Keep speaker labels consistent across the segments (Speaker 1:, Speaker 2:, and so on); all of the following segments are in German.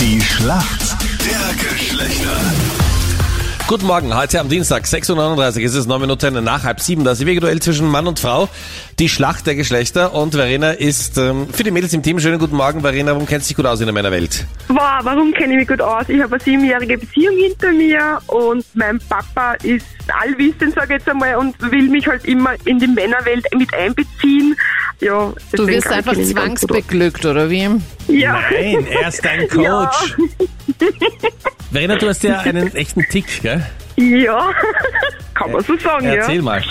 Speaker 1: Die Schlacht der Geschlechter.
Speaker 2: Guten Morgen, heute am Dienstag, 6.39 Uhr, es ist neun Minuten nach halb sieben. Das ewige Duell zwischen Mann und Frau, die Schlacht der Geschlechter. Und Verena ist ähm, für die Mädels im Team. Schönen guten Morgen, Verena, warum kennst du dich gut aus in meiner Welt?
Speaker 3: Wow, warum kenne ich mich gut aus? Ich habe eine siebenjährige Beziehung hinter mir und mein Papa ist allwissend, sage ich jetzt einmal, und will mich halt immer in die Männerwelt mit einbeziehen. Ja,
Speaker 4: Du
Speaker 3: deswegen
Speaker 4: wirst
Speaker 3: kann ich
Speaker 4: einfach
Speaker 3: mich nicht ganz gut aus.
Speaker 4: zwangsbeglückt, oder wie?
Speaker 3: Ja.
Speaker 2: Nein, er ist dein Coach.
Speaker 3: Ja.
Speaker 2: Verena, du hast ja einen echten Tick, gell?
Speaker 3: Ja, kann man so sagen,
Speaker 2: Erzähl
Speaker 3: ja.
Speaker 2: mal.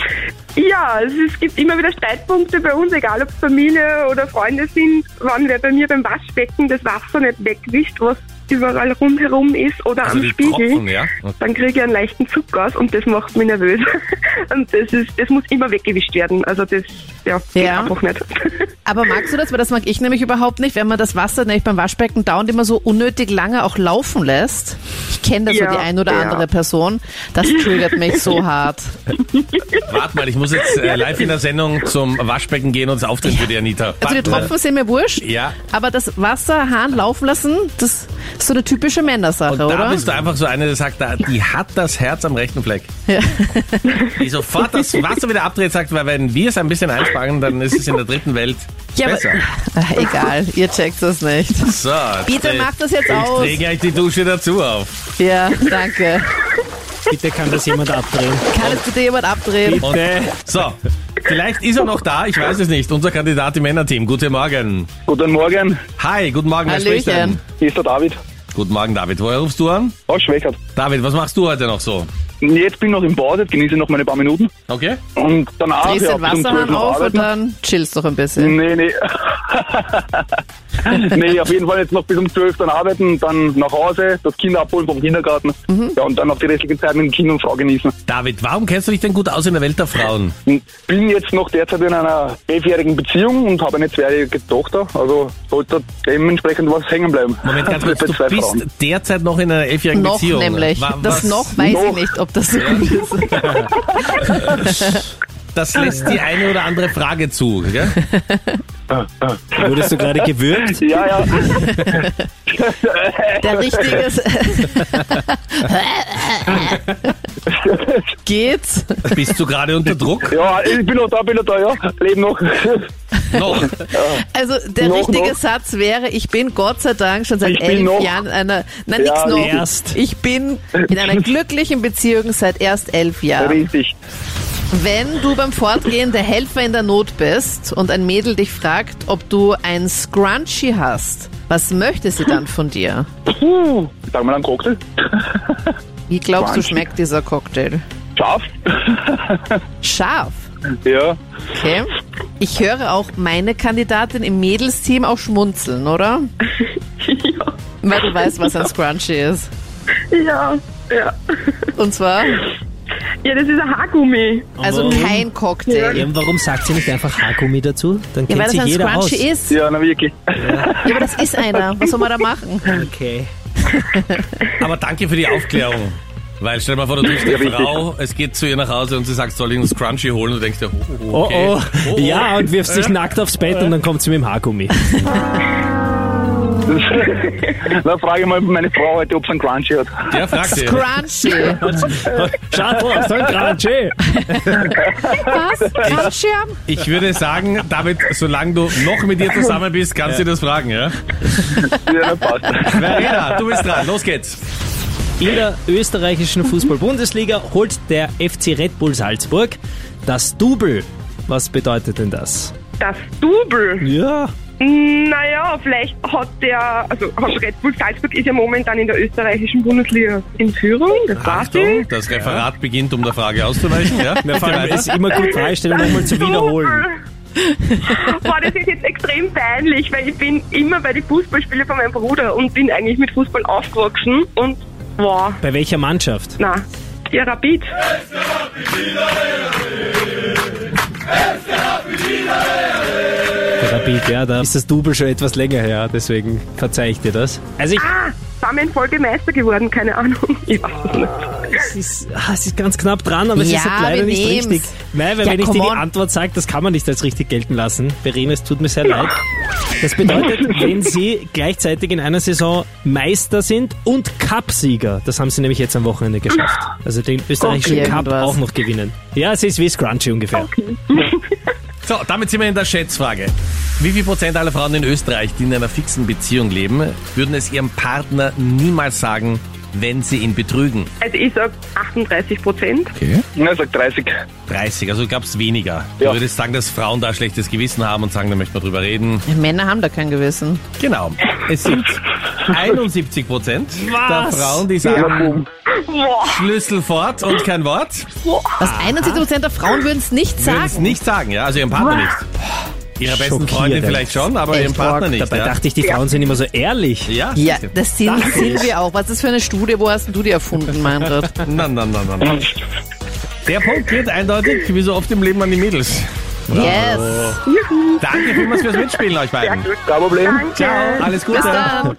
Speaker 3: Ja, es, es gibt immer wieder Streitpunkte bei uns, egal ob Familie oder Freunde sind, wann wer bei mir beim Waschbecken das Wasser nicht wegwischt, was überall rundherum ist oder
Speaker 2: Also
Speaker 3: am
Speaker 2: die
Speaker 3: Spiegel.
Speaker 2: Tropfen, ja?
Speaker 3: dann kriege ich einen leichten Zuckaus und das macht mich nervös. Und das ist, das muss immer weggewischt werden. Also das, ja, geht
Speaker 4: Ja.
Speaker 3: einfach nicht.
Speaker 4: Aber magst du das? Weil das mag ich nämlich überhaupt nicht, wenn man das Wasser nämlich beim Waschbecken dauernd immer so unnötig lange auch laufen lässt. Ich kenne da
Speaker 3: Ja,
Speaker 4: so die ein oder
Speaker 3: ja.
Speaker 4: andere Person. Das triggert mich so hart.
Speaker 2: Warte mal, ich muss jetzt äh, live in der Sendung zum Waschbecken gehen und es aufdrehen für die Anita.
Speaker 4: Also die
Speaker 2: Warte.
Speaker 4: Tropfen sind mir wurscht,
Speaker 2: Ja.
Speaker 4: aber das Wasserhahn laufen lassen, das ist so eine typische
Speaker 2: Und
Speaker 4: Männersache,
Speaker 2: da
Speaker 4: oder?
Speaker 2: bist du einfach so eine, die sagt, da- die hat das Herz am rechten Fleck.
Speaker 4: Ja.
Speaker 2: Die sofort das Wasser wieder abdreht, sagt, weil wenn wir es ein bisschen einsparen, dann ist es in der dritten Welt
Speaker 4: ja, aber,
Speaker 2: besser.
Speaker 4: Ach, egal, ihr checkt das nicht.
Speaker 2: So,
Speaker 4: Bitte
Speaker 2: äh,
Speaker 4: macht das jetzt aus.
Speaker 2: Ich drehe gleich die Dusche dazu auf.
Speaker 4: Ja, danke.
Speaker 5: Bitte kann das jemand abdrehen.
Speaker 4: Kann es bitte jemand abdrehen?
Speaker 2: Und, so, vielleicht ist er noch da, ich weiß es nicht. Unser Kandidat im Männerteam. Guten Morgen.
Speaker 6: Guten Morgen,
Speaker 2: Hi, guten Morgen, wer spricht denn?
Speaker 4: Hallöchen.
Speaker 6: hier ist der David
Speaker 2: Guten Morgen, David. Woher rufst du an?
Speaker 6: aus Schwächert.
Speaker 2: David, was machst du heute noch so?
Speaker 6: Jetzt bin ich noch im Bad, jetzt genieße ich noch meine paar Minuten.
Speaker 2: Okay?
Speaker 6: Und danach
Speaker 4: Drehst
Speaker 6: ja,
Speaker 4: den
Speaker 6: bis um 12
Speaker 4: Wasserhahn
Speaker 6: noch
Speaker 4: auf und
Speaker 6: arbeiten.
Speaker 4: dann chillst doch ein bisschen.
Speaker 6: Nee, nee. nee, auf jeden Fall jetzt noch bis um 12 dann arbeiten, dann nach Hause, das Kind abholen vom Kindergarten.
Speaker 4: Mhm.
Speaker 6: Ja, und dann noch die restliche Zeit mit dem Kind und Frau genießen.
Speaker 2: David, warum kennst du dich denn gut aus in der Welt der Frauen?
Speaker 6: Und Bin jetzt noch derzeit in einer elfjährigen Beziehung und habe eine zweijährige Tochter. Also sollte dementsprechend was hängen bleiben.
Speaker 2: Moment, ganz kurz,
Speaker 6: Bei
Speaker 2: du
Speaker 6: zwei
Speaker 2: bist
Speaker 6: Frauen.
Speaker 2: derzeit noch in einer elfjährigen
Speaker 4: Noch
Speaker 2: Beziehung.
Speaker 4: nämlich.
Speaker 2: Wa- was-
Speaker 4: das noch weiß
Speaker 6: Noch.
Speaker 4: ich nicht, ob das so gut ist.
Speaker 2: Das lässt die eine oder andere Frage zu, gell?
Speaker 5: Wurdest du gerade gewürgt?
Speaker 6: Ja, ja.
Speaker 4: Der richtige. ist- Geht's?
Speaker 2: Bist du gerade unter Druck?
Speaker 6: ja, ich bin noch da, bin noch da, ja. Leben noch.
Speaker 2: Noch.
Speaker 4: Also der
Speaker 6: Noch,
Speaker 4: richtige
Speaker 6: noch.
Speaker 4: Satz wäre, ich bin Gott sei Dank schon seit
Speaker 6: Ich bin
Speaker 4: elf
Speaker 6: noch.
Speaker 4: Jahren in einer. Nein,
Speaker 6: Ja,
Speaker 4: nix noch.
Speaker 5: erst.
Speaker 4: Ich bin in einer glücklichen Beziehung seit erst elf Jahren.
Speaker 6: Richtig.
Speaker 4: Wenn du beim Fortgehen der Helfer in der Not bist und ein Mädel dich fragt, ob du ein Scrunchie hast, was möchte sie dann von dir?
Speaker 6: Puh, sag mal einen Cocktail.
Speaker 4: Wie glaubst du,
Speaker 6: Scrunchie?
Speaker 4: schmeckt dieser Cocktail?
Speaker 6: Scharf?
Speaker 4: Scharf.
Speaker 6: ja.
Speaker 4: Okay. Ich höre auch meine Kandidatin im Mädelsteam auch schmunzeln, oder?
Speaker 3: ja,
Speaker 4: Weil du weißt, was ein Scrunchie ist.
Speaker 3: ja, ja.
Speaker 4: Und zwar,
Speaker 3: Ja, das ist ein Haargummi.
Speaker 4: also
Speaker 5: Warum?
Speaker 4: kein Cocktail.
Speaker 5: Ja, warum sagt sie nicht einfach Haargummi dazu? Dann
Speaker 4: Ja, weil
Speaker 5: kennt
Speaker 4: das
Speaker 5: sich
Speaker 4: ein
Speaker 5: jeder aus.
Speaker 4: Scrunchie ist. Ja,
Speaker 6: Ja, na wirklich.
Speaker 4: aber das ist einer. Was soll man da machen?
Speaker 5: Okay.
Speaker 2: Aber danke für die Aufklärung. Weil stell dir mal vor, du triffst
Speaker 6: Ja,
Speaker 2: eine
Speaker 6: richtig.
Speaker 2: Frau, es geht zu ihr nach Hause und sie sagt, soll ich einen Scrunchie holen? Und du denkst dir, oh,
Speaker 5: Oh,
Speaker 2: okay.
Speaker 5: oh. Ja, und wirft sich nackt aufs Bett und dann kommt sie mit dem Haargummi.
Speaker 6: Dann frage ich mal meine Frau heute, ob sie einen Crunchy hat.
Speaker 2: Der fragt sie.
Speaker 4: Scrunchie.
Speaker 5: Schau vor, so ein Gratsche.
Speaker 4: Was? Scrunchie haben?
Speaker 2: Ich würde sagen, David, solange du noch mit ihr zusammen bist, kannst du das fragen, ja?
Speaker 6: Ja, na, passt.
Speaker 2: Verena, du bist dran. Los geht's.
Speaker 5: In der österreichischen Fußball-Bundesliga holt der FC Red Bull Salzburg das Double. Was bedeutet denn das?
Speaker 3: Das Double.
Speaker 5: Ja.
Speaker 3: Naja, vielleicht hat der, also hat Red Bull Salzburg ist ja momentan in der österreichischen Bundesliga in Führung, das war's.
Speaker 2: Achtung, das Referat beginnt, um der Frage auszuweichen, ja?
Speaker 5: Na, vor allem
Speaker 2: Bitte
Speaker 5: ist immer gut, Freistellung nochmal zu wiederholen.
Speaker 3: Boah, das ist jetzt extrem peinlich, weil ich bin immer bei den Fußballspielen von meinem Bruder und bin eigentlich mit Fußball aufgewachsen und boah,
Speaker 5: Bei welcher Mannschaft?
Speaker 3: na, ja, Rapid.
Speaker 5: Rapid, ja, da ist das Double schon etwas länger her, deswegen verzeih ich dir das. Also ich,
Speaker 3: Ah, waren wir in Folge Meister geworden, keine Ahnung. Ich weiß es nicht.
Speaker 5: es, ist, ah, es ist ganz knapp dran, aber es
Speaker 4: Ja,
Speaker 5: ist halt leider
Speaker 4: wir
Speaker 5: nicht
Speaker 4: nehmen's.
Speaker 5: richtig. Nein, weil
Speaker 4: Ja,
Speaker 5: wenn ich
Speaker 4: come
Speaker 5: dir die
Speaker 4: on.
Speaker 5: Antwort sage, das kann man nicht als richtig gelten lassen. Verena, es tut mir sehr leid. Das bedeutet, wenn sie gleichzeitig in einer Saison Meister sind und Cupsieger, das haben sie nämlich jetzt am Wochenende geschafft. Also den österreichischen
Speaker 4: Okay,
Speaker 5: Cup
Speaker 4: irgendwas.
Speaker 5: auch noch gewinnen. Ja, es ist wie Scrunchy ungefähr.
Speaker 2: So, damit sind wir in der Schätzfrage. Wie viel Prozent aller Frauen in Österreich, die in einer fixen Beziehung leben, würden es ihrem Partner niemals sagen, wenn sie ihn betrügen?
Speaker 3: Also ich sag 38 Prozent.
Speaker 6: Na, ich sag 30.
Speaker 2: 30, also gab es weniger.
Speaker 6: Ja.
Speaker 2: Du würdest sagen, dass Frauen da schlechtes Gewissen haben und sagen, da möchten wir drüber reden.
Speaker 4: Männer haben da kein Gewissen.
Speaker 2: Genau. Es sind 71 Prozent der Frauen, die sagen, Schlüssel fort und kein Wort.
Speaker 4: Was 71% der Frauen würden es nicht
Speaker 2: Würden es
Speaker 4: sagen.
Speaker 2: nicht sagen, ja, also ihrem Partner nicht. Ihrer besten Freundin
Speaker 5: Schockierend.
Speaker 2: vielleicht schon, aber
Speaker 4: Echt
Speaker 2: ihrem Partner
Speaker 4: arg.
Speaker 2: nicht.
Speaker 5: Dabei
Speaker 2: ja.
Speaker 5: dachte ich, die Frauen sind immer so ehrlich.
Speaker 2: ja,
Speaker 4: Ja,
Speaker 2: sicher.
Speaker 4: das sind, sind wir auch. Was ist für eine Studie? Wo hast denn du die erfunden, Manfred?
Speaker 2: Nein, nein, nein, nein, nein. Der Punkt geht eindeutig, wie so oft im Leben an die Mädels.
Speaker 4: Yes.
Speaker 2: Danke vielmals fürs Mitspielen, euch beiden.
Speaker 6: Kein Problem.
Speaker 3: Danke.
Speaker 2: Alles Gute.
Speaker 4: Bis dann.